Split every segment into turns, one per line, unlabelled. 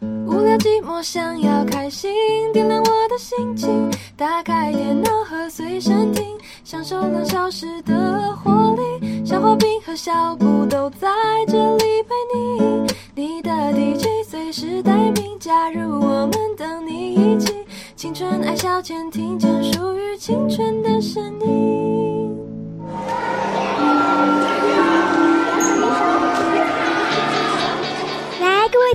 掉寂寞，想要开心，点亮我的心情。打开电脑和随身听，享受两小时的活力。小花瓶和小布都在这里陪你，你的 DJ 随时待命，加入我们，等你一起。青春爱消遣，听见属于青春的声音。
来，各位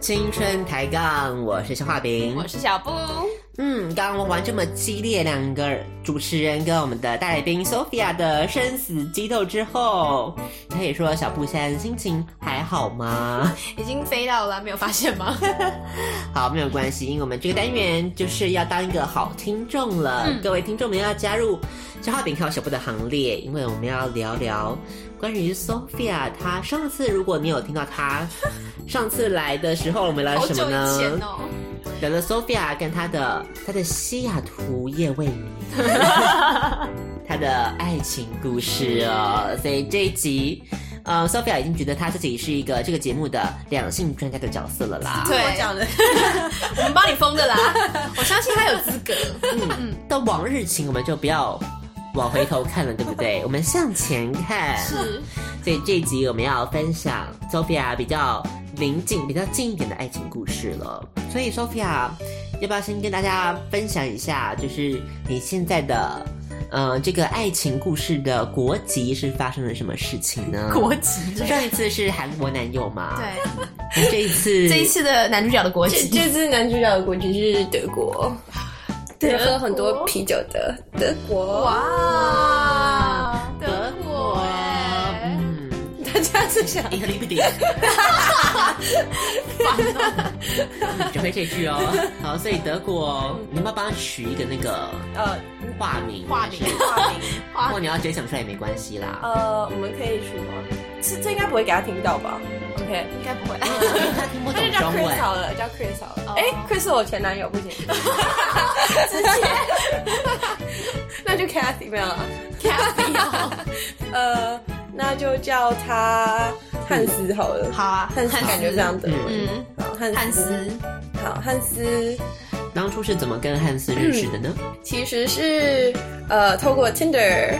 青春抬杠，我是小画饼，
我是小布，
嗯，刚刚玩这么激烈，两个主持人跟我们的大来宾 Sophia 的生死激斗之后，可以说小布现在心情还好吗？
已经飞到了，没有发 现吗？
好，没有关系，因为我们这个单元就是要当一个好听众了。
嗯
各位听众们要加入小画饼还有小布的行列，因为我们要聊聊关于 Sophia。她上次如果你有听到她 上次来的时候，我们聊
好
什
久
么
以
呢？
前哦，
聊了 Sophia 跟她的她的西雅图夜未眠， 她的爱情故事哦。所以这一集，呃，Sophia 已经觉得她自己是一个这个节目的两性专家的角色了啦。
对，
啊我讲的，
我们帮你封的啦。我相信他有资格。
嗯，到往日情我们就不要往回头看了，对不 对？我们向前看。
是，
所以这一集我们要分享 Sophia 比较临近、比较近一点的爱情故事了。所以 Sophia，要不要先跟大家分享一下，就是你现在的？呃，这个爱情故事的国籍是发生了什么事情呢？
国籍
上一次是韩国男友嘛？
对，
对，这一次
这一次的男主角的国
这
籍，
这次男主角的国籍是德国，对，喝很多啤酒的德国。哇，
哇，德国哎，
嗯，
大家是想
一个零不顶，只会这句哦。好，所以德国，你要不要帮他取一个那个
呃
化名？
化名
化名
或者你要直接讲出来也没关系啦。
呃，我们可以取吗？这这应该不会给他听到吧？OK，
应该不会。
他听不
那
懂
就叫
中
Chris
文，
好了，叫 Chris 好了。哎、c h r i s 是我前男友，不行，直接， 那就 Cathy 没有了。 呃，那就叫他汉斯好了。
好啊，
汉斯感觉这样的，
嗯，
嗯，
好，汉斯
汉斯，
好，汉斯
当初是怎么跟汉斯认识的呢？
其实是呃，透过 Tinder，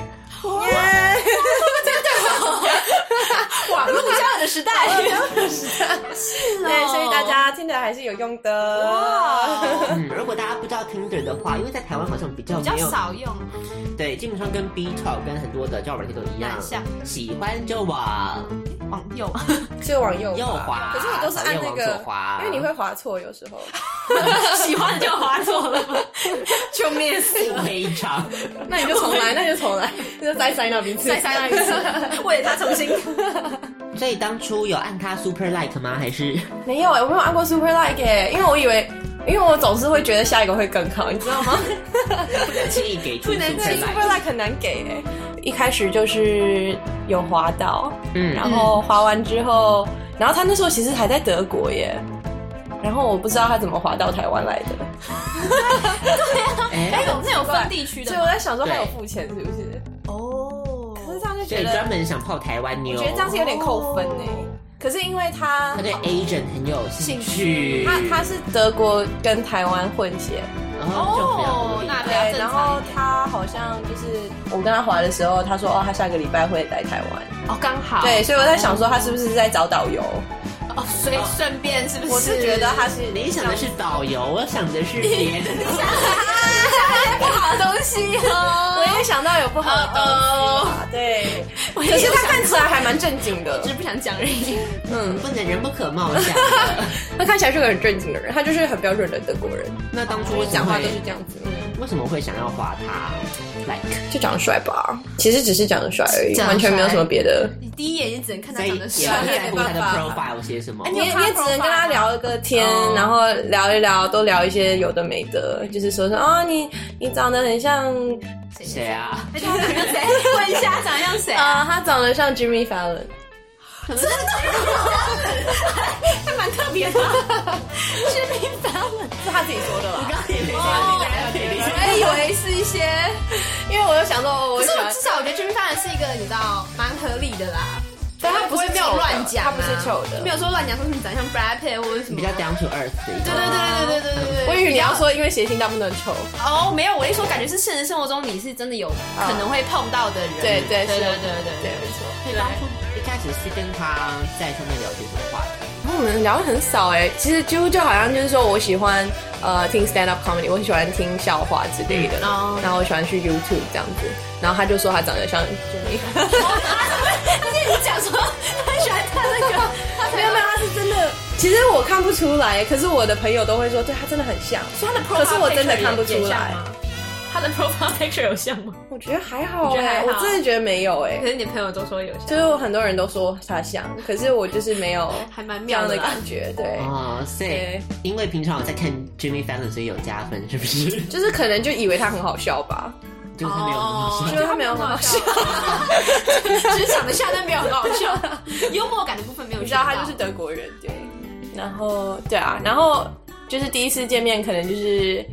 网络交友的时代，
对，所以大家 Tinder 还是有用的。
嗯，如果大家不知道 Tinder 的话，因为在台湾好像比较
比较
没有，
少用，
对，基本上跟 B Talk 跟很多的交友软件都一样
蛮像，
喜欢就往
网友
就往右
右滑
可是我都是按那
往右
个
往左滑
因为你会滑错，有时候。
喜欢就划错了吗？救命死了！
非常。
那你就重来， 那你就重来，那就再塞到彼此，
再删掉一 次，为了他重新。
所以当初有按他 Super Like 吗？还是
没有哎、我没有按过 Super Like 哎、因为我以为，因为我总是会觉得下一个会更好，你知道吗？
不能轻易给出 Super
对 Super
Like？
Like 很难给哎、一开始就是有滑到，
嗯，
然后滑完之后，然后他那时候其实还在德国耶，然后我不知道他怎么滑到台湾来的，
哎，
哎，
有那有分地区的
所以
吗
我在想说他有付钱是不是？
哦，
可是这样就
所
觉
以
得，
专门想泡台湾妞，
我觉得这样是有点扣分哎、可是因为他
他对 agent 很有兴趣，
他他是德国跟台湾混血，
然后就比较无理
哦那比较
对，
正
然
常
后
一点。
他好像就是我跟他滑的时候，他说哦，他下个礼拜会来台湾，
哦，刚好
对，所以我在想说他是不是在找导游？
哦，所以顺便是不是？
我是觉得他是
你想的是导游，我想的是别人。
不好的东西哦，
我也想到有不好的东西嘛， 对，
我
可
也
是
想
他看起来还蛮正经的
只，是不想讲而已。
嗯，不能人不可貌相的。
他看起来是个很正经的人，他就是很标准的德国人，
那当初
就
为
是
什
讲
么
话
会
都是这样子，嗯
为什么会想要划他？Like
就长得帅吧，其实只是长得帅而已，
长得帅
完全没有什么别的。
你第一眼也只能看他
所以也
长
不
得帅，
在乎他的 profile 些什么。
你
有
也你
看
也只能
profile
跟他聊个天，
哦
然后聊一聊，多聊一些有的没的，就是说说啊、你你长得很像，
谁啊？
那就要看谁？问一下长像 谁？
啊、他长得像 Jimmy Fallon，
还蛮特别的，是平凡了。
是他自己说的吧？
我还以为是一些，
因为我就想说，哦我
可是
喜
我
欢
至，少我觉得君范是一个你知道蛮合理的啦，
但他不是
没有
丑的
乱讲啊，
他不是丑的
没有说乱讲说什么长得像 Brad Pitt 或者什么
比较 down to earth 的一
对
个。
对对对对对对对，
我以为你要说，因为谐星大部分都很丑，
哦，没有，我一说感觉是现实生活中你是真的有可能会碰到的人，
对对
对对
是
对对
对，
对。
没错。
所以当初一开始是跟他在上面聊些什么话题？
然后我们聊得很少哎、其实几乎就好像就是说我喜欢呃听 stand up comedy，我喜欢听笑话之类的，
哦
然后我喜欢去 YouTube 这样子，然后他就说他长得 像 Jimmy，
哦而且你讲说他喜欢看那个，他才
没有没有， 他是真的，其实我看不出来，可是我的朋友都会说，对他真的很像，
所以他的 profile
可是我真的看不出
picture 也
来
像，吗。他的 profile picture 有像 吗？
我觉得还好
你觉得
哎、
还好
我真的觉得没有哎、
可是你朋友都说有像，
就是很多人都说他像，可是我就是没有
还蛮
这
妙
样
的
的
啦
感觉，对。
哦，所以
对
因为平常我在看 Jimmy Fallon，所以有加分，是不是？
就是可能就以为他很好笑吧，
就是他没有那么
哦
帅
就。是他没有很好笑，
只是长得像，但没有很好笑， 幽默感的部分没有
你
学
知
到。
道他就是德国人，对。然后对啊，然后就是第一次见面，可能就是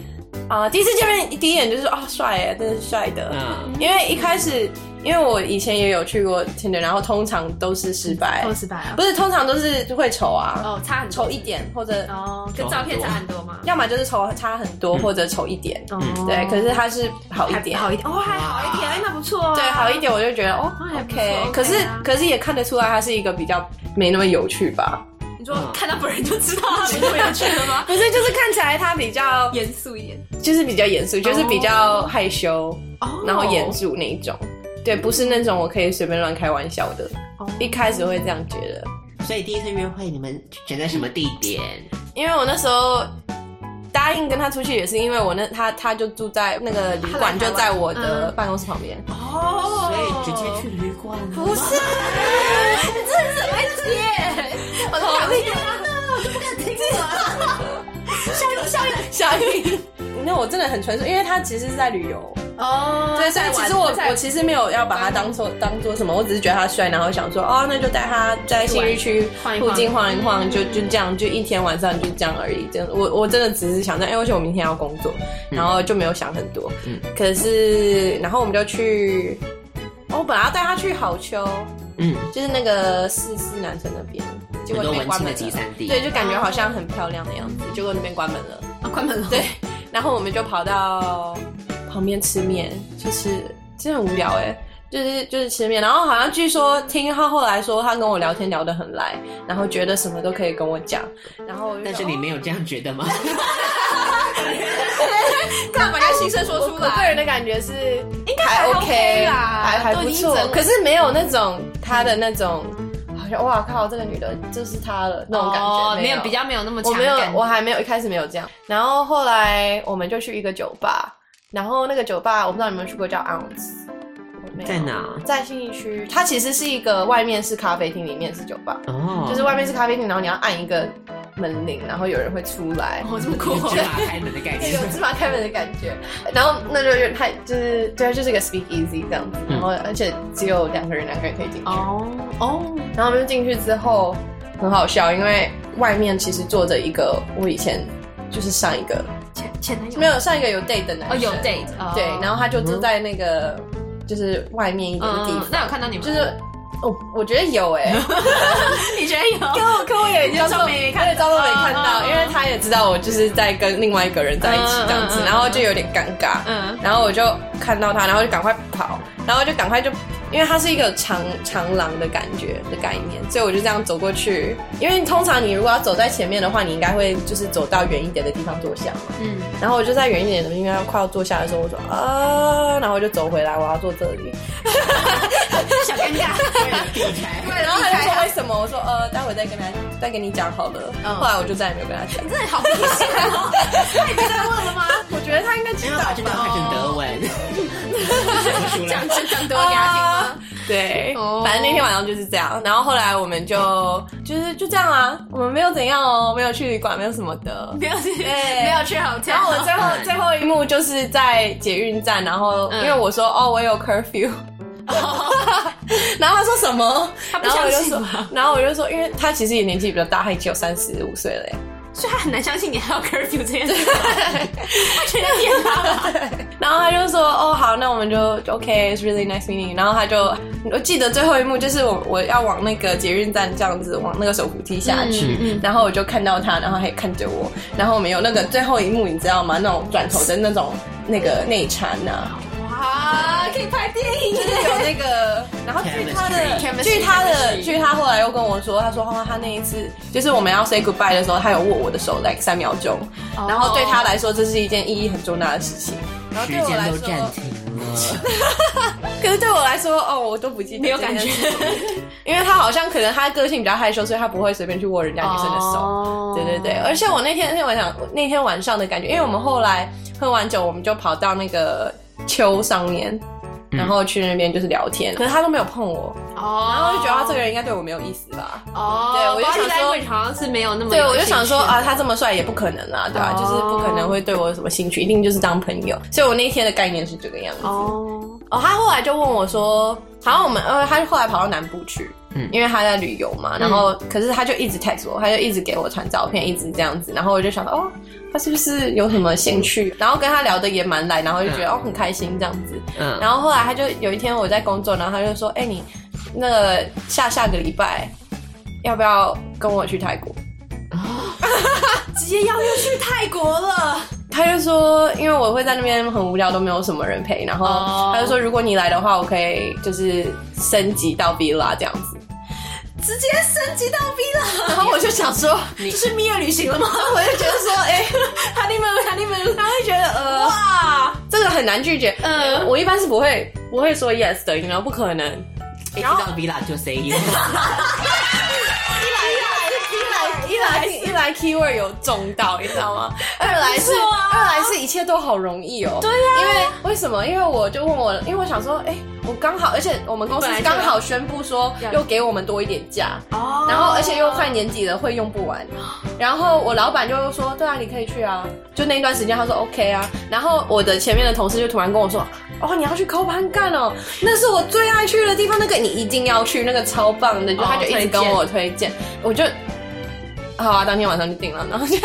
啊、第一次见面第一眼就是啊、帅哎，真的是帅的。
嗯
因为一开始，因为我以前也有去过 Tinder，然后通常都是失败，
都失败啊
不，是通常都是会丑啊，
哦，差很多
丑一点或者。
哦，跟照片差很多吗？
要么就是丑差很多，或者丑一点，
哦
对。可是他是好一
嗯还
点，
好一点，哦，还好一点，哎，那不错啊，
对，好一点我就觉得哦
那还不错
，OK。可是
OK 啊
可是也看得出来，他是一个比较没那么有趣吧？
你说看到本人就知道他没那么有趣了 吗？
不是，就是看起来他比较，
严肃一点，
就是比较严肃，就是比较害羞，
哦
然后严肃那一种。对，不是那种我可以随便乱开玩笑的。
哦
一开始会这样觉得，
所以第一次约会你们选在什么地点？
因为我那时候答应跟他出去，也是因为我那他他就住在那个旅馆，就在我
嗯
的办公室旁边。
哦
哦
所以直接去旅馆啊了。不是，
我
哦
讨厌啊！小雨，小雨， 那我真的很纯粹，因为他其实是在旅游。
哦
对，所以其实我我其实没有要把他当做
嗯
当做什么，我只是觉得他帅，然后想说哦，那就带他在新日区
晃一晃
附近晃一晃，
嗯
就就这样，就一天晚上就这样而已。真的，我我真的只是想着，哎、而且我明天要工作，然后就没有想很多。
嗯
可是然后我们就去，哦我本来要带他去好丘，
嗯，
就是那个四四南城那边，结
很
果那
多
边
文
关
青
门
的
了
集散地。哦
对，就感觉好像很漂亮的样子，结果那边关门了。
啊关门了，
对，然后我们就跑到旁边吃面，就是真的很无聊哎、就是就是吃面，然后好像据说听他后来说，他跟我聊天聊得很来，然后觉得什么都可以跟我讲，然后我就
但是
想
你没有这样觉得吗？
干嘛要心声说
哎我
出
我个
来？
人的感觉是应该
还 OK 啦
还还
都
不
已经
错
整，
可是没有那种他的那种，好像哇靠，这个女的就是她了那种感觉，
哦没有比较没有那么强
我没有，
感，
我还没有一开始没有这样。然后后来我们就去一个酒吧，然后那个酒吧我不知道你们有没有去过，叫 Ounce。我没有
在？哪？
在信义区，它其实是一个外面是咖啡厅，里面是酒吧，
哦，
就是外面是咖啡厅，然后你要按一个门铃，然后有人会出来。
哦这么 酷
你，知道开门的概
对
念
有。芝麻开门的感觉，然后那就有太就是对啊，就是一个 speak easy 这样子，
嗯
然后而且只有两个人，两个人可以进去。
哦哦，
然后我们就进去之后，很好笑，因为外面其实坐着一个我以前就是上一个
前前男友
没有上一个有 date 的男
哦
生，
有 date 哦
对，然后他就住在那个、就是外面一点的地
嗯
方，，
那有看到你们
就是我我觉得有哎、
你觉 得有？
我可我也
装作没看到
对装作没看到，
嗯嗯
因为他也知道我就是在跟另外一个人在一起这样
嗯嗯
子
嗯，嗯
然后就有点尴尬，
嗯
然后我就看到他，然后就赶快跑，然后就赶快就，因为它是一个长长廊的感觉的概念，所以我就这样走过去，因为通常你如果要走在前面的话，你应该会就是走到远一点的地方坐下，
嗯，
然后我就在远一点的地方快要坐下的时候，我说啊，然后我就走回来，我要坐这里，
小尴 尬，避开，对，
然后他
避
就
开
说为什么？我说呃，待会再跟他再跟你讲好了。
嗯
后来我就再也没有跟他讲。
真的好明显 哦！那你没再问了吗？
我觉得他应该
没
知
有
道
把这段看成德文，
这样这样多给他听吗？
对，
哦
反正那天晚上就是这样。然后后来我们就就是就这样啊，我们没有怎样哦，没有去旅馆，没有什么的。
没有去，
对
没有去好跳。
然后我最后最后一幕就是在捷运站，然后
嗯
因为我说哦我有 curfew，然后他说什么？
他不
然后我就
相信
说
吧，
然后我就说，因为他其实也年纪比较大，他已经有三十五岁了耶。
所以他很难相信你还有 curfew 这件事，他觉得骗他吧？
然后他就说：“哦，好，那我们就就 OK，it's、really nice meeting。”然后他就，我记得最后一幕就是我我要往那个捷运站这样子往那个手扶梯下去，
嗯
然后我就看到他，然后他也看着我，然后我们有那个最后一幕，你知道吗？那种转头的那种那个内啊缠呐、
哇，可以拍电影
就是有那 个，然后据他的
Chemistry
据他的
Chemistry
据他后来又跟我说，他说他他那一次就是我们要 say goodbye 的时候，他有握我的手 like 三秒钟，
哦
然后对他来说这是一件意义很重大的事情。然后
时
对我来
间都
说，
暂停 了。
可是对我来说，哦，我都不记得，
没有感觉，
因为他好像可能他个性比较害羞，所以他不会随便去握人家女生的手。
哦
对对对，而且我那天那天晚上那天晚上的感觉，因为我们后来喝完酒，我们就跑到那个丘上面，
嗯
然后去那边就是聊天，可是他都没有碰我，
哦，
然后我就觉得他这个人应该对我没有意思吧。
哦，
对我就想说
body language 好像是哦没有那么
对，
有
我就想说
兴趣哦
啊，他这么帅也不可能啦，对吧、就是不可能会对我有什么兴趣，一定就是当朋友。所以我那天的概念是这个样子。
哦，
哦，他后来就问我说，好像我们呃，他后来跑到南部去，
嗯
因为他在旅游嘛，然后、可是他就一直 text 我，他就一直给我传照片，一直这样子，然后我就想到哦，他是不是有什么兴趣？然后跟他聊的也蛮来，然后就觉得、
嗯
哦很开心这样子。
嗯，
然后后来他就有一天我在工作，然后他就说，哎、你那个下下个礼拜要不要跟我去泰国？
直接要又去泰国了，
他就说，因为我会在那边很无聊，都没有什么人陪。然
哦
后他就说，如果你来的话，我可以就是升级到 villa 这样子。
直接升级到 B 了，
然后我就想说，
这是蜜月旅行了 吗？
我就觉得说，哎、
哈利们，哈利们，
他会觉得呃，
哇，
这个很难拒绝。
嗯
我一般是不会不会说 yes 的，你知道不可能。
一到 villa 就 say you，
一来一来 keyword 有中到，你知道 吗？二来是、二来是一切都好容易哦。啊对呀、因为为什么？因为我就问我，因为我想说，哎、我刚好，而且我们公司
本来就
刚好宣布说
要
又给我们多一点假，
哦
然后而且又快年底了，会用不完。然后我老板就说：“对啊，你可以去啊。”就那一段时间，他说 OK 啊。然后我的前面的同事就突然跟我说：“哦，你要去抠盘干哦，那是我最爱去的地方，那个你一定要去，那个超棒的。”就
哦
他就一直跟我推荐，我就。好啊，当天晚上就定了，然后就
很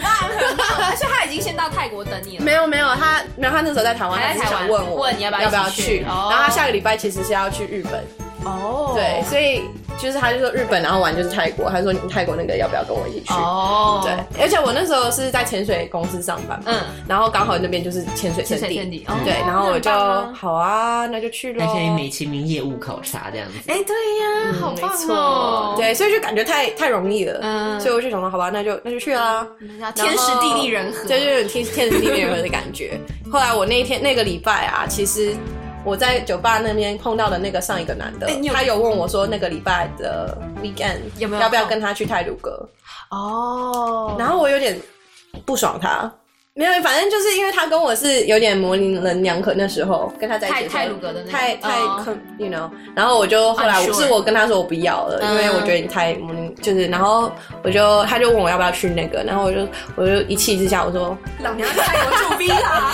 棒很棒， 而且他已经先到泰国等你了。
没有没有他没有他那时候在台湾，
还在
他只是
台湾
想问我
问你要不要
要不要
一起
去，
去
然
哦
后他下个礼拜其实是要去日本，
哦
对，所以就是他就说日本，然后玩就是泰国，他说你泰国那个要不要跟我一起去？
哦，
对，，而且我那时候是在潜水公司上班，
嗯
嗯，然后刚好那边就是潜水
潜
圣
水
地
天，地，哦
对，然后我就
那很棒啊
好啊，那就去喽
而。且美其名业务考察这样 子。
哎，对呀，好
嗯没
棒
错
哦，，，
对，所以就感觉太太容易了，
嗯
所以我就想说，好吧，那就那就去啦。
天时地利人和，
对，就有点天天时地利人和的感 觉。后来我那一天那个礼拜啊，其实我在酒吧那边碰到的那个上一个男的，
哎你有
他有问我说那个礼拜的 weekend
有没有
要不要
空
跟他去泰鲁阁，
哦，
然后我有点不爽他，没有，反正就是因为他跟我是有点模棱两可，那时候跟他在一起的时候
泰泰鲁格的那个
太太
哦
you know，然后我就后来
I'm
我
sure
是我跟他说我不要了，
嗯
因为我觉得你太模棱，就是然后我就他就问我要不要去那个，然后我就我就一气之下我说
老娘 在泰国住 B 啦，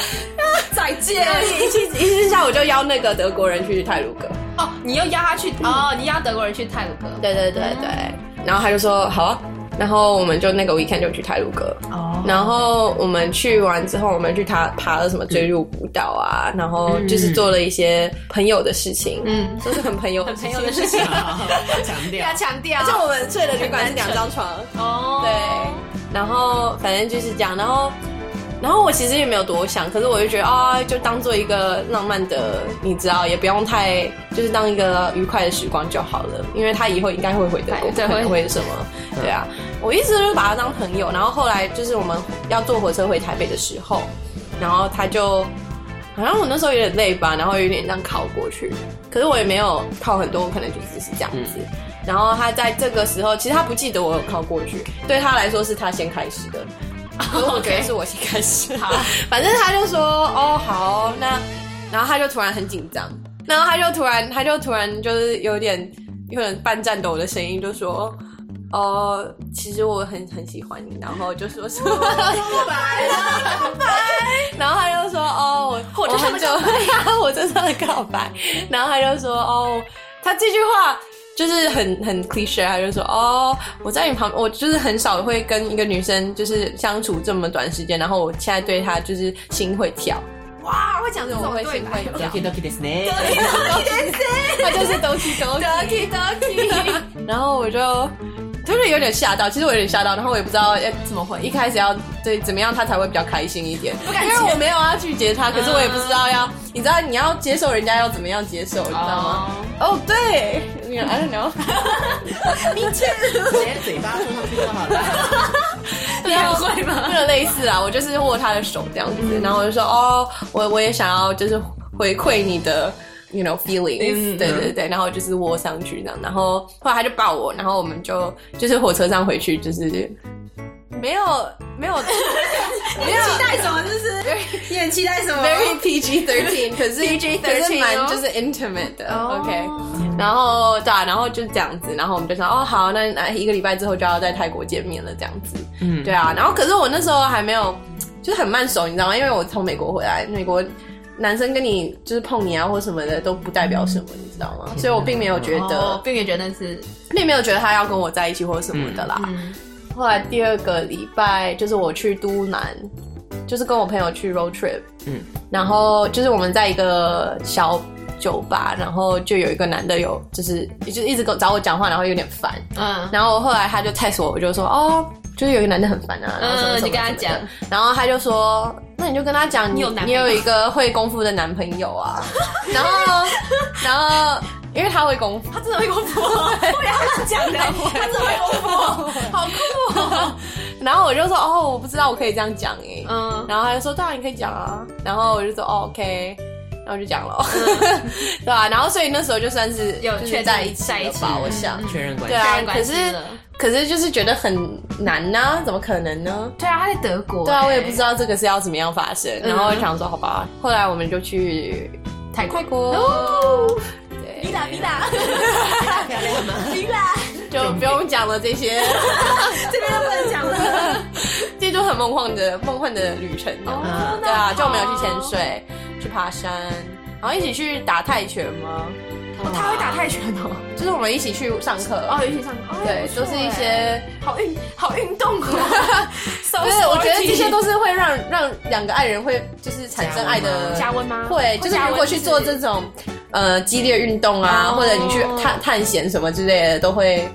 再见。
一气一气之下我就邀那个德国人去泰鲁格，
嗯哦，你又邀他去哦，你邀德国人去泰鲁格，
嗯对对对对，然后他就说好啊，然后我们就那个 weekend 就去泰鲁阁，
哦，
然后我们去完之后，我们去爬爬了什么坠入古岛啊，然后就是做了一些朋友的事情，
嗯，
都是很朋友很
朋友的事情
啊
强调
要强调，
就我们睡的旅馆是两张床，
哦，
对，然后反正就是这样，然后。然后我其实也没有多想，可是我就觉得啊、就当做一个浪漫的，你知道，也不用太，就是当一个愉快的时光就好了。因为他以后应该会回德国，
哎对
可能
会
会什么？对啊，我一直就是把他当朋友。然后后来就是我们要坐火车回台北的时候，然后他就好像我那时候有点累吧，然后有点这样靠过去，可是我也没有靠很多，我可能就只是这样子。然后他在这个时候，其实他不记得我有靠过去，对他来说是他先开始的， 可是我觉得是我先开始。好，反正他就说哦好哦那，然后他就突然很紧张，然后他就突然他就突然就是有点有点半颤抖的声音就说。哦，其实我很很喜欢你，然后就说 什么哦告白了，告白，然后他就说 哦，我
火车上的
我很久，火车上的告白，然后他就说哦，他这句话就是很很 cliche，他就说哦，我在你旁，我就是很少会跟一个女生就是相处这么短时间，然后我现在对她就是心会跳，
哇，会讲这
我
种
会
对
心
白
会，跳。
，Doki Doki ですね。
他就是东西东西， 然后我就就是有点吓到，其实我有点吓到，然后我也不知道要怎么回，一开始要对怎么样他才会比较开心一点，因为我没有要拒绝他，可是我也不知道要，你知道你要接受人家要怎么样接受，你知道吗？哦，对，你 I don't know，
直接哎嘴巴说上去就好了。
对啊， 会吗？有点类似啊，我就是握他的手这样子，然后我就说哦，我我也想要就是回馈你的。you know feelings，、
嗯
对对对，然后就是窝上去这样，然后后来他就抱我，然后我们就就是火车上回去，就是没有没有没有
期待什么？就是你很期待什么
very PG thirteen，可是
PG-13
可是
哦
蛮就是 intimate 的、o k 然后对、啊，然后就这样子，然后我们就想哦好，那那一个礼拜之后就要在泰国见面了，这样子，
嗯
对啊，然后可是我那时候还没有，就是很慢熟，你知道吗？因为我从美国回来，美国男生跟你就是碰你啊或什么的都不代表什么，你知道吗？所以我并没有觉得，
哦并没觉得是
并没有觉得他要跟我在一起或什么的
嗯
啦。后来第二个礼拜就是我去都南，就是跟我朋友去 road trip，
嗯
嗯，然后就是我们在一个小酒吧，然后就有一个男的有就是就一直跟找我讲话，然后有点烦，
嗯，
然后后来他就 text 我，我就说哦，就是有一个男的很烦啊，然后什么
嗯
什么
你跟他
什么的
讲，
然后他就说，那你就跟他讲，
你有男
你
朋友
有一个会功夫的男朋 友啊，然后然后因为他会功夫，他真的会功夫，我也要讲的，他真的会功 夫，好酷、哦。然后我就说哦，我不知道我可以这样讲诶，
嗯
然后他就说当然你可以讲啊，然后我就说哦 OK。然后就讲了， 对吧、然后所以那时候就算是
嗯有
就是
确定
在一起
在一
了
起
吧，我
嗯
想
嗯，
确认关
对
系，
啊
确认，
可
关系
是
了
可是就是觉得很难呐、怎么可能呢？
对啊，他在德国，
对啊，
欸
我也不知道这个是要怎么样发生，
嗯
然后我想说好吧，后来我们就去
泰国
泰国，
米
对，
拉米拉，
漂亮吗？
就不用讲了这些，
这边都不能讲了。
这就很梦幻的梦幻的旅程这样子
哦
对啊，就我们有去潜水，去爬山，然后一起去打泰拳吗？
他会打泰拳哦，
就是我们一起去上课，
有些像
对，都
哎
是一些。
好运好运动 哦。
不
不
是，我觉得这些都是会让让两个爱人会就是产生爱的
加温吗？
会，就是如果去做这种呃激烈运动啊，
哦
或者你去探探险什么之类的，都会。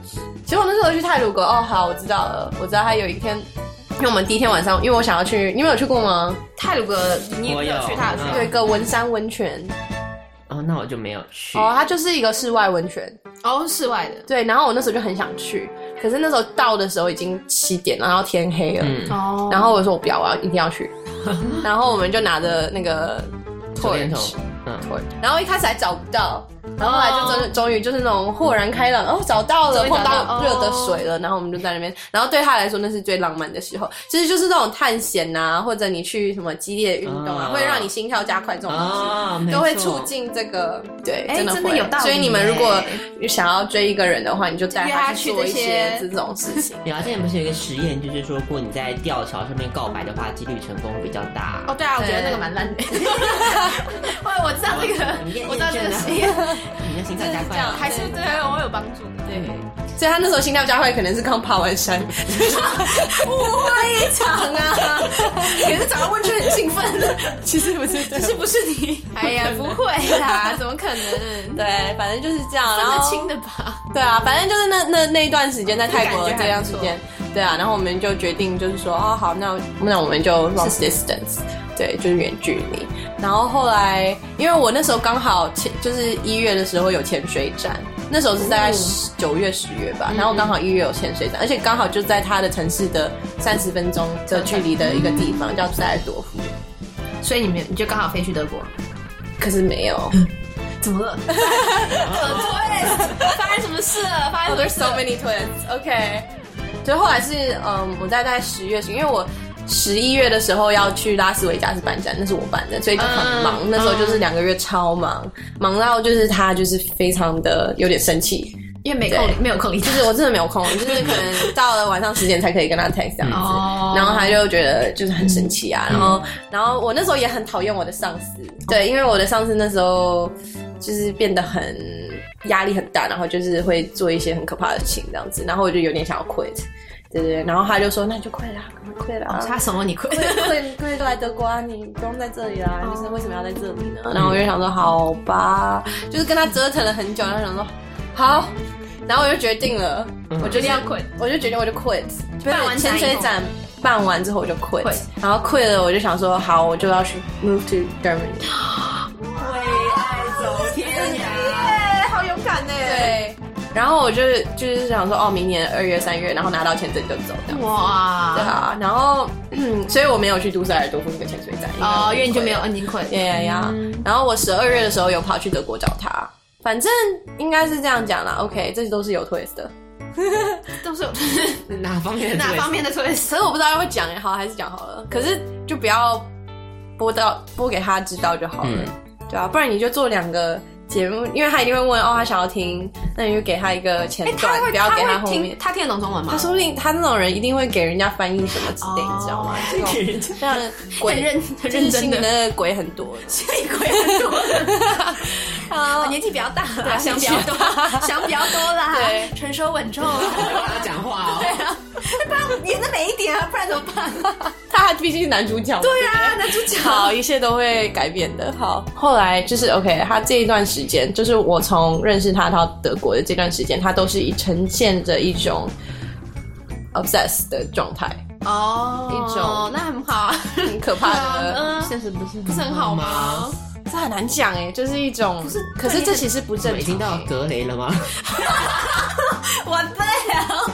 其实我那时候去泰鲁阁，哦，好，我知道了，我知道他有一天，因为我们第一天晚上，因为我想要去，你们有去过吗？
泰鲁格，你
我
也有去
有
泰
嗯
有
鲁
一个文山温泉，
哦，那我就没有去。
哦，它就是一个室外温泉，
格？哦，室外的。
对。然后我那时候就很想去，可是那时候到的时候已经七点，然后天黑了，
嗯，
哦
然后我说我不要，我要一定要 去，然后我们就拿着那个
手电
torch，
筒，嗯，
对然后一开始还找不到，然后后来就终终于就是那种豁然开朗，哦，找到了，
终于找
碰
到
到热的
哦
水了，然后我们就在那边，然后对他来说那是最浪漫的时候，其实就是那种探险啊，或者你去什么激烈运动啊，
哦
会让你心跳加快这种东西。
啊，
嗯都会
没错
促。进这个，对，
哎
真的
真的
会
有道理
所以你们如果
哎
想要追一个人的话，你就带
约他
去
去
做
这
一些这
些
种事情。
对啊，之前不是有一个实验，就是说，如果你在吊桥上面告白的话，几率成功比较大。
哦，对啊，我觉得
对
那个蛮烂的。喂， 我知道这个
你，
我知道这个
你
实
你
验
你的心
就
跳加快
是这
了
样，还是对我有帮助的。对，
所以他那时候心跳加快，可能是刚爬 完山，误会一场啊！ 也是早上问就很兴奋， 其实不是，
可是不是你？哎呀，不会 啦，怎么可能？
对，反正就是这样。然
那么
后
轻的吧？
对啊，反正就是那那那一段时间在泰国
这感觉还不
这段时间，对啊，然后我们就决定就是说，哦好，那那我们就 long distance，对，就是远距离。然后后来，因为我那时候刚好潜，就是一月的时候有潜水展，那时候是大
哦
概十九月十月
嗯
吧，然后刚好一月有潜水展，而且刚好就在他的城市的三十分钟的距离的一个地方，叫塞尔多夫，
所以你们你就刚好飞去德国？
可是没有。
怎 么了？可 twist，发生什么事了？发
我
生
的
什么
Oh, so
事？
many twins。OK，就后来是嗯，我在大概十月，因为我十一月的时候要去拉斯维加斯办展，那是我办的，所以就很忙。
嗯
那时候就是两个月超忙，忙到就是他就是非常的有点生气，
因为没空理，没有空理
就
他。
是我真的没有 空，就是可能到了晚上十点才可以跟他 text 这样子。
哦
然后他就觉得就是很生气啊，然后然后我那时候也很讨厌我的上司，对，因为我的上司那时候就是变得很压力很大，然后就是会做一些很可怕的事情这样子，然后我就有点想要 quit，对对对，然后他就说那你就 quit 啦，赶快 quit 啦，
他怂了你 亏。
对，因为都来德国啊，你不用在这里啦，就是为什么要在这里呢？然后我就想说，好吧，就是跟他折腾了很久，然后想说，好，然后我就决定了，我决定要 quit，我就决定我就 quit，
办完展
潜
以后
水展办完之后我就 quit，
quit
然后 quit 了我就想说，好，我就要去 move to Germany。好勇敢呢！对，然后我就是就是想说，哦，明年二月、三月，然后拿到签证就走，这样。对
哇！
啊，然后，所以我没有去杜塞尔多夫那个潜水站。
哦，因为
愿
你
意
就没有，嗯，嗯你亏。
呀呀呀！然后我十二月的时候有跑去德国找他，反正应该是这样讲啦。OK，这都是有 twist 的，
都是有
哪方面的
哪
对
方面的 twist？
可是我不知道要不要讲好，还是讲好了。可是就不要播到播给他知道就好了，
嗯
对啊，不然你就做两个节目，因为他一定会问哦，他想要听，那你就给他一个前段，
哎他会
不要给
他
后
会听
面。
他听得懂中文吗
他？说不定他那种人一定会给人家翻译什么之类，你知道吗？这种这样的
哦
鬼
很认很
就是
认
心
真
里
的，
的鬼很多，
心里鬼很多。啊，年纪比较大啦，想比较多， 想比较多啦，
对
成熟稳重。
他讲话哦。
演的美一点啊，不然怎么 办？
他还毕竟是男主角嘛。
对啊，男主角
好，一切都会改变的。好，后来就是 OK，他这一段时间，就是我从认识他到德国的这段时间，他都是以呈现着一种 obsess 的状态，
哦，
一种呃
那很好啊，
很可怕的。
嗯，
现实不是
不是很好吗？
这很难讲哎，就是一种，
是
可是这其实不正
已
常欸
经。到格雷了 吗？
完蛋了，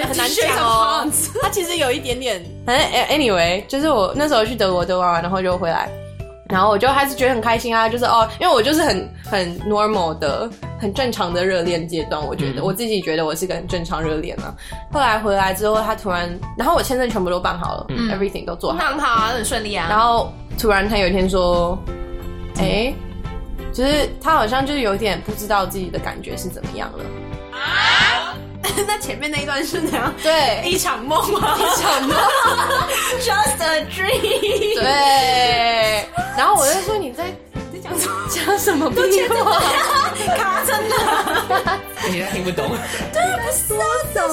很难讲哦。 他其实有一点点，反正哎 anyway，就是我那时候去德国对吧，然后就回来，然后我就还是觉得很开心啊，就是哦，因为我就是很很 normal 的、很正常的热恋阶段，我觉得、
嗯
我自己觉得我是个很正常热恋啊。后来回来之后，他突然，然后我签证全部都办好了、e v e r y t h i n g 都做好了，
那很好啊，很顺利啊。
然后突然他有一天说，哎、就是他好像就是有点不知道自己的感觉是怎么样了，
那前面那一段是怎样？
对，
一场梦吗？一场梦，just a dream。
对，然后我就说你在你在讲什么？讲什么屁话？
卡真的
你家哎听不懂，
在说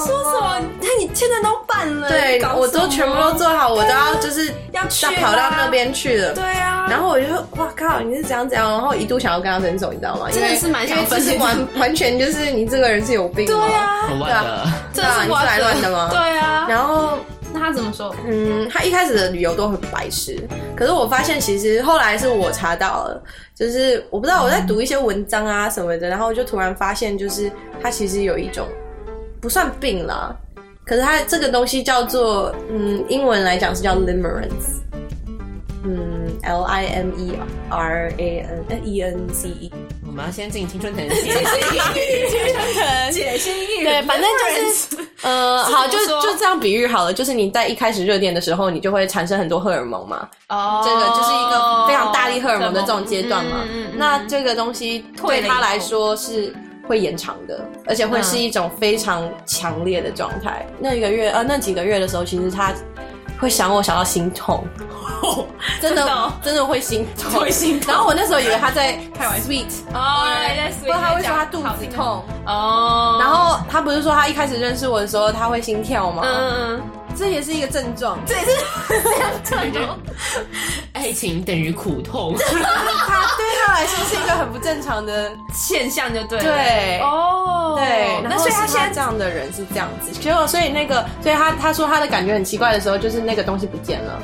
什么？那你签证都办了，
对
搞什，么啊
我都全部都。做好，我都要就是
要去啦
跑到那边去了。
对。啊，
然后我就说，哇靠，你是怎样怎样？然后一度想要跟他分手，你知道吗？
真的是蛮想
因为
分手
就是完完全就是你这个人是有 病。
对，啊，
我忘了。
这
对啊
是
你是来乱的吗
对啊，
然后
那他怎么说？
嗯，他一开始的理由都很白痴，可是我发现其实后来是我查到了，就是我不知道我在读一些文章啊什么的，然后我就突然发现，就是他其实有一种不算病啦，可是他这个东西叫做嗯，英文来讲是叫 limerence，嗯，L I M E R A N E N C E，
我们要先进青春藤系，
解析一
对，反正就是，呃，好，就
怎么说
就这样比喻好了，就是你在一开始热恋的时候，你就会产生很多荷尔蒙嘛，
哦，
这个就是一个非常大力荷尔蒙的这种阶段嘛。
嗯嗯嗯嗯
那这个东西
退
对
了以
他
后
来说是会延长的，而且
嗯
会是一种非常强烈的状态。那一个月呃，那几个月的时候，其实他会想我想到心 痛，
真
真
的哦
的 真的会心痛，
会心痛
然后我那时候以为他在
开玩笑
sweet，
哦，
不过他会说他肚子痛，
哦，
然后他不是说他一开始认识我的时候他会心跳吗？
嗯，
这也是一个症状，
这也是这样讲的。
爱情等于苦痛，
他对他来说是一个很不正常的，
现象 就对了。
对
哦，
对。
那所以他
现在
现
这
在
样的人是这样子，结果所以那个，所以他他说他的感觉很奇怪的时候，就是那个东西不见了，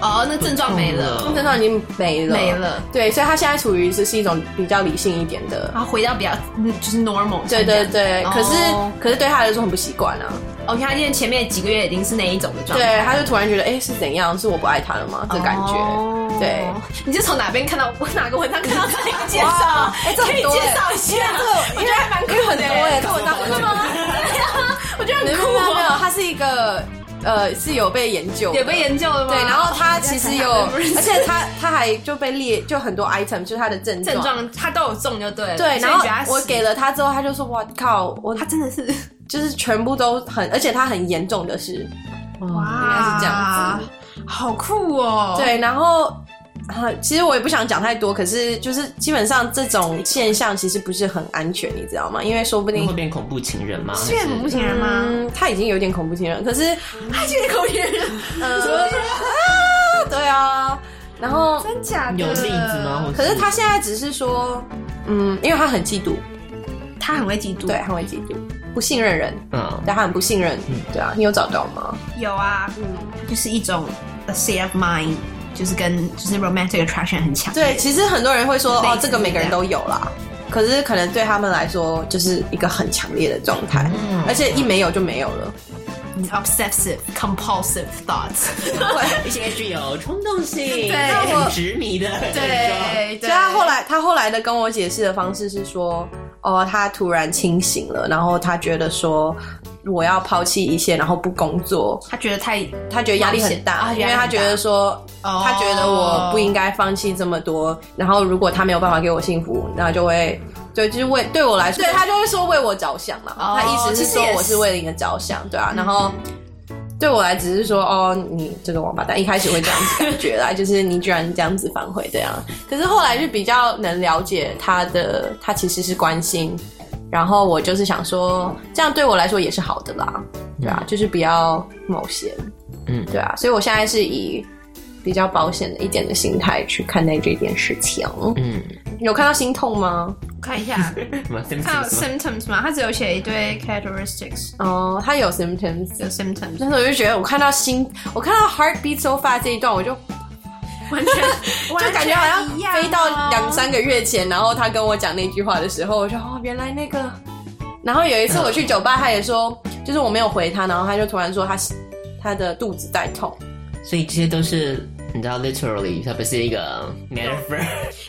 哦，那症状没
痛
了，
症状已经没了，
哦没。了，
对，所以他现在处于是是一种比较理性一点的。
然后回到比较嗯就是 normal 像
对
这
对
样。
对，可是、
哦
可是对他来说很不习惯啊。
哦，你看他今天前面几个月已经是那一种的状态。
对，他就突然觉得，哎、是怎样？是我不爱他了吗？这感觉。
哦
对，
你是从哪边看到我哪个文章看到这个介绍？哎，可以
很多
介
哎
绍一下，我觉得还蛮酷
因为很
的
多
哎。
哎，这文章
真的吗？ 我觉得
没
很
有
酷
没有没有
哦，，
他是一个呃是有被研究的，
也被研究了吗？
对，然后他其实有，
哦原来是
而
他
且他他还就被列就很多 item，就是他的症状。
症状他都有中就对了。所
对，
以
然
你觉得他
后
是
我给了他之后，他就说：“哇靠，我他
他真的 是
就是全部都很，而且他很严重的是，
哇，
应该是这样
子，好酷哦。
对，然后啊，其实我也不想讲太多，可是就是基本上这种现象其实不是很安全，你知道吗？因为说不定
会变恐怖情人吗？
是恐怖情人吗？
嗯，他已经有点恐怖情人，可是
他是恐怖情人，
呃，啊对啊，然后
真假的？
有例子吗？或
可是他现在只是说，嗯，因为他很嫉妒，
他很会嫉妒。
对，，他会嫉妒，不信任人，
嗯，
对，他很不信任，
嗯
对啊，你有找嗯到吗？
有啊，就是一种 a state of mind，就是跟就是 romantic attraction 很强。
对，其实很多人会说，
类似
哦，这个每个人
这样
都有啦。可是可能对他们来说，就是一个很强烈的状态，
嗯
而且一没有就没有了。
obsessive compulsive thoughts。
而且具有冲动性，对
我
很执迷的，
对，
所以他后来，他后来的跟我解释的方式是说，哦，他突然清醒了，然后他觉得说，我要抛弃一切，然后不工作，
他觉得太
他觉得压力
冒
很
险
大，
啊
因为
压力
他
很
觉得
大
说，
哦
他觉得我不应该放弃这么多，然后如果他没有办法给我幸福，那就会。对，就是为对我来说，对他就会说为我着想嘛。
哦
他意思
其
是
实
说
也
我
是
是为了你的着想，对啊。然后对我来只是说，哦，你这个王八蛋，一开始会这样子感觉啦， 就是你居然这样子反悔这样。可是后来就比较能了解他的，他其实是关心。然后我就是想说，这样对我来说也是好的啦，对啊，就是不要冒险。
嗯，
对啊，所以我现在是以比较保险的一点的心态去看待这件事情。
嗯，
有看到心痛吗？
看一下，
什么 symptoms
他有
吗
symptoms 吗？他只有写一堆 characteristics，
哦，他有 symptoms。
有 symptoms，
那时候我就觉得，我看到心，我看到 heart beat so fast 这一段，我就
完全
就感觉好像飞到两
三
三个月前，然后他跟我讲那句话的时候，我就哦，原来那个。然后有一次我去酒吧，他也说，就是我没有回他，然后他就突然说他他的肚子在痛，
所以这些都是你知道，literally，它不是一个 metaphor，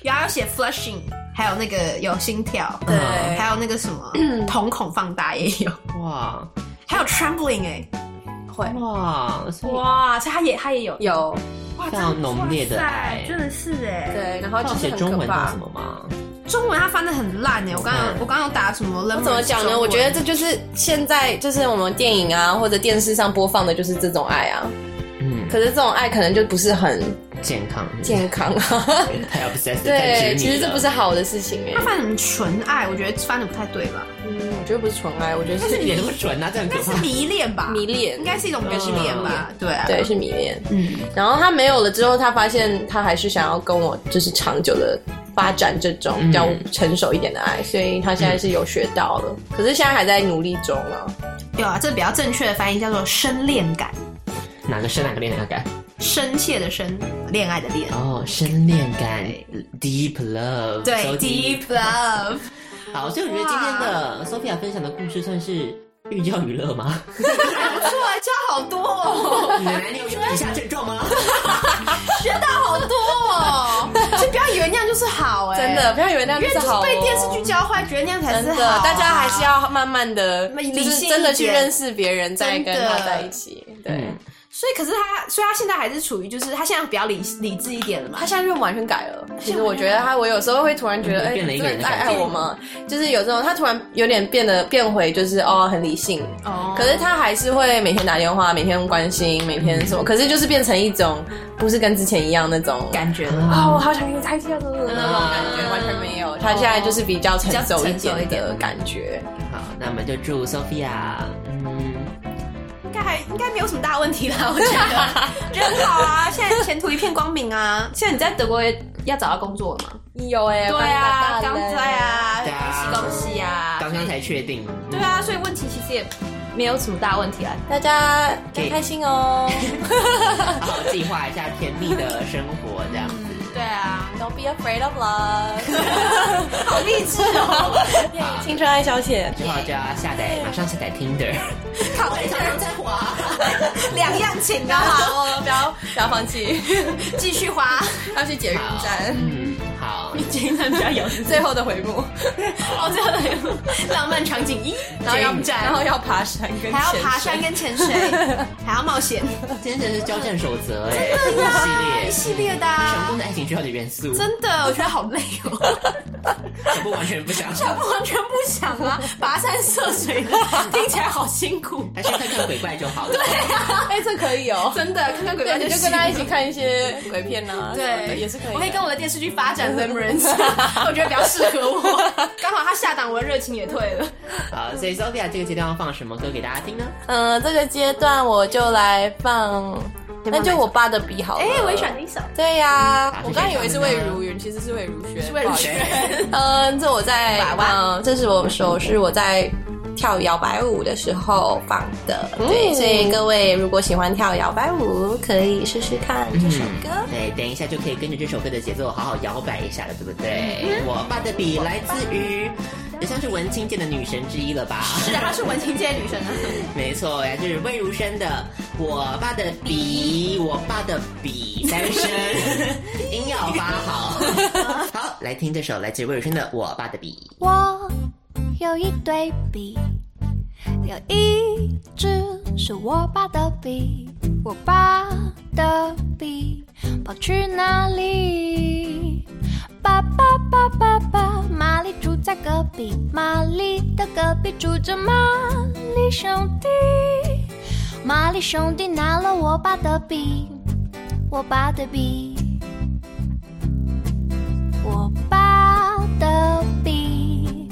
然后要写 flushing，还有那个有心跳，
对
还有那个什么瞳孔放大也有，
哇
还有 trembling 哎、
会
哇，所以
哇，所以他也他也有
有
哇，
非常浓烈的爱
哇塞真的是哎、
对，然后
他
就
有
是
写
很
中
可
文叫
怕
什。么吗？
中文他翻的很烂哎、我刚刚有
嗯
我刚刚有打什么
我
lemon
怎么讲
中
呢？
文
我觉得这就是现在就是我们电影啊或者电视上播放的就是这种爱啊，
嗯，
可是这种爱可能就不是很
健康，
健康啊。
太 obsessed，太执迷
对，
了
其实这不是好的事情哎、
他翻什么纯爱，我觉得翻的不太对吧？
嗯，我觉得不是纯爱，我觉得是
一点那么准啊，这样可
应该是
怕。
迷恋吧，
迷恋
应，该是一种迷恋吧？对啊，
对，是迷恋。
嗯，
然后他没有了之后，他发现他还是想要跟我就是长久的发展这种比较
嗯
成熟一点的爱，所以他现在是有学到了，可是现在还在努力中啊。
有啊，这比较正确的翻译叫做深恋感，
哪个深哪个恋哪个感？
深切的深，恋爱的恋。
哦，深恋感，deep love，
对
so
，deep love，
好，所以我觉得今天的 Sophia 分享的故事算是寓教于乐吗？
不错，差好多哦，
奶奶，你有以下症状吗？
学到好多哦，就不要以为那样就是好哎，
真的，不要以为那样
因为
是
就
好、
是
哦、
被电视剧教坏，觉得那样才
真
是
的
好啊，，
大家还是要慢慢的，
理
就是
性
真的
一
去
点
认识别人，再跟
真的
他在一起。对
嗯，
所以可是他，所以他现在还是处于就是他现在比较理理智一点了嘛
他。现在就完全改了。其实我觉得他，我有时候会突然觉得，
嗯
哎、
变了一个人的
爱
感觉
爱我吗？就是有这种，他突然有点变得变回就是哦，很理性。
哦
可是他还是会每天打电话，每天关心，每天什么，可是就是变成一种不是跟之前一样那种
感觉
啊、
了，嗯
我好想跟你在一起啊，怎么怎么那种感觉完全没有。他现在就是比较成熟一点的感觉。
好，那我们就祝 Sophia，嗯，
应该还应该没有什么大问题 啦，我觉得人很好啊，现在前途一片光明啊。现在你在德国也要找到工作了吗？
有哎、
对啊，
蛮大
刚
的
对
对
啊，
啊
恭喜恭喜啊！
刚刚才确定，嗯
对啊，所以问题其实也没有什么大问题啊。
大家
给
开心哦，
好好计划一下甜蜜的生活，这样子。
对啊，
Don't be afraid of love，
好励志哦！
青春爱消遣。
之后就要下载，马上下载 Tinder。
考一下在滑， 两样情啊，好哦，不要
不要放弃，
继续滑。
要去捷运
好
站。
嗯，好，
情人比较有
最后的回目，
哦，这样的 浪漫场 景一，
然后要然
然
后
后
要爬山跟
还要
潜
爬
水
山跟潜水，还要冒险，
今天真的是交战守则哎，一
一
系列
系列的
成
啊、
功的爱情需要的元素，
真的，我觉得好累哦，
全部完全不想。
我完全不想啊，跋山涉水 的，听起来好辛苦。
还是看看鬼怪就好了。
哎、这可以哦。
真的，看看鬼
对，
片
你就
行
跟他一起看一些鬼片啊，什么的
对，
也是可以的。
我可以跟我的电视剧发展 reference，我觉得比较适合我。刚好他下档，我的热情也退了。
好，所以 Sophia 这个阶段要放什么歌给大家听呢？
嗯、这个阶段我就来放，那就我爸的笔好了。
哎、我也喜欢这一首。
对呀、
嗯
我刚以为是魏如云，其实是魏如萱。是
魏如萱。
嗯，这我在嗯，这是我首是我在跳摇摆舞的时候放的。对，所以各位如果喜欢跳摇摆舞，可以试试看这首歌。
对，嗯哎等一下就可以跟着这首歌的节奏好好摇摆一下了，对不对？我爸的笔来自于，也像是文青界的女神之一了吧？
是的，她是文青界的女神啊。
没错呀，就是魏如萱的《我爸的笔》，我爸的笔，三声音要发好。 好，来听这首来自魏如萱的《我爸的笔》。
我有一对笔，有一支是我爸的笔，我爸的笔跑去哪里？爸爸爸爸爸，玛丽住在隔壁，玛丽的隔壁住着玛丽兄弟，玛丽兄弟拿了我爸的笔，我爸的笔。我爸的笔，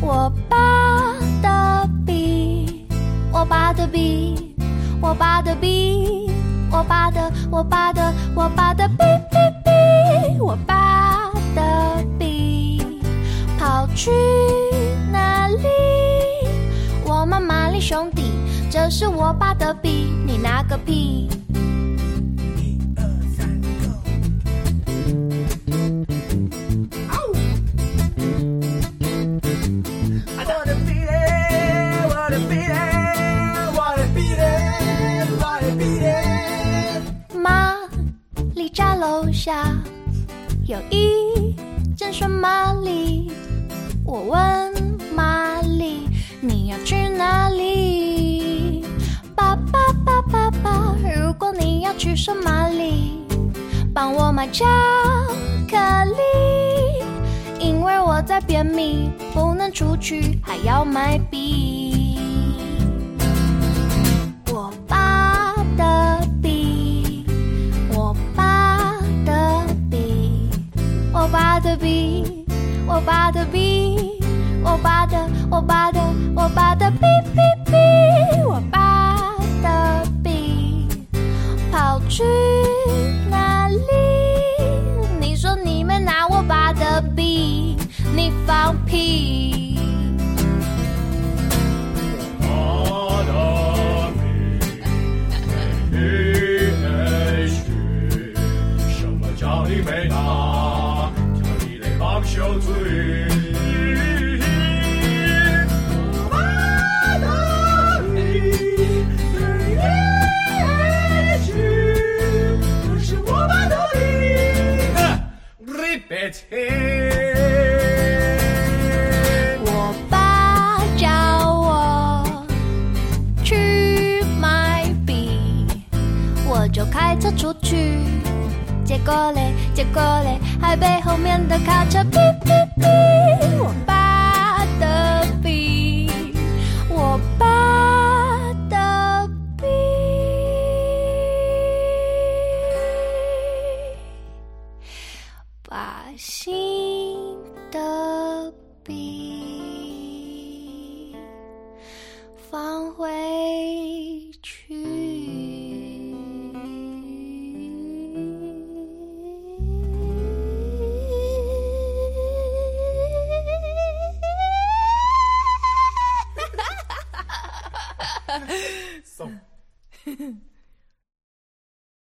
我爸的笔，我爸的笔，我爸的笔，我爸的，我爸的，我爸的笔笔笔，我爸的笔跑去哪里？我们玛丽兄弟，这是我爸的笔，你拿个屁！玛丽家楼下有一间双玛丽，我问玛丽你要去哪里？爸爸爸爸爸，如果你要去双玛丽，帮我买巧克力，因为我在便秘，不能出去，还要买笔。我爸的笔，我爸的笔，我爸的笔，我爸的笔，我爸的，我爸的，我爸的笔笔笔，我爸的笔跑去哪里？你说你们拿我爸的笔，你放屁！
家里没拿，家里的帮小嘴。
开车出去，结果嘞，结果嘞，还被后面的卡车哔哔哔，我爸的哔，我爸的哔。把心的笔放回去。
送。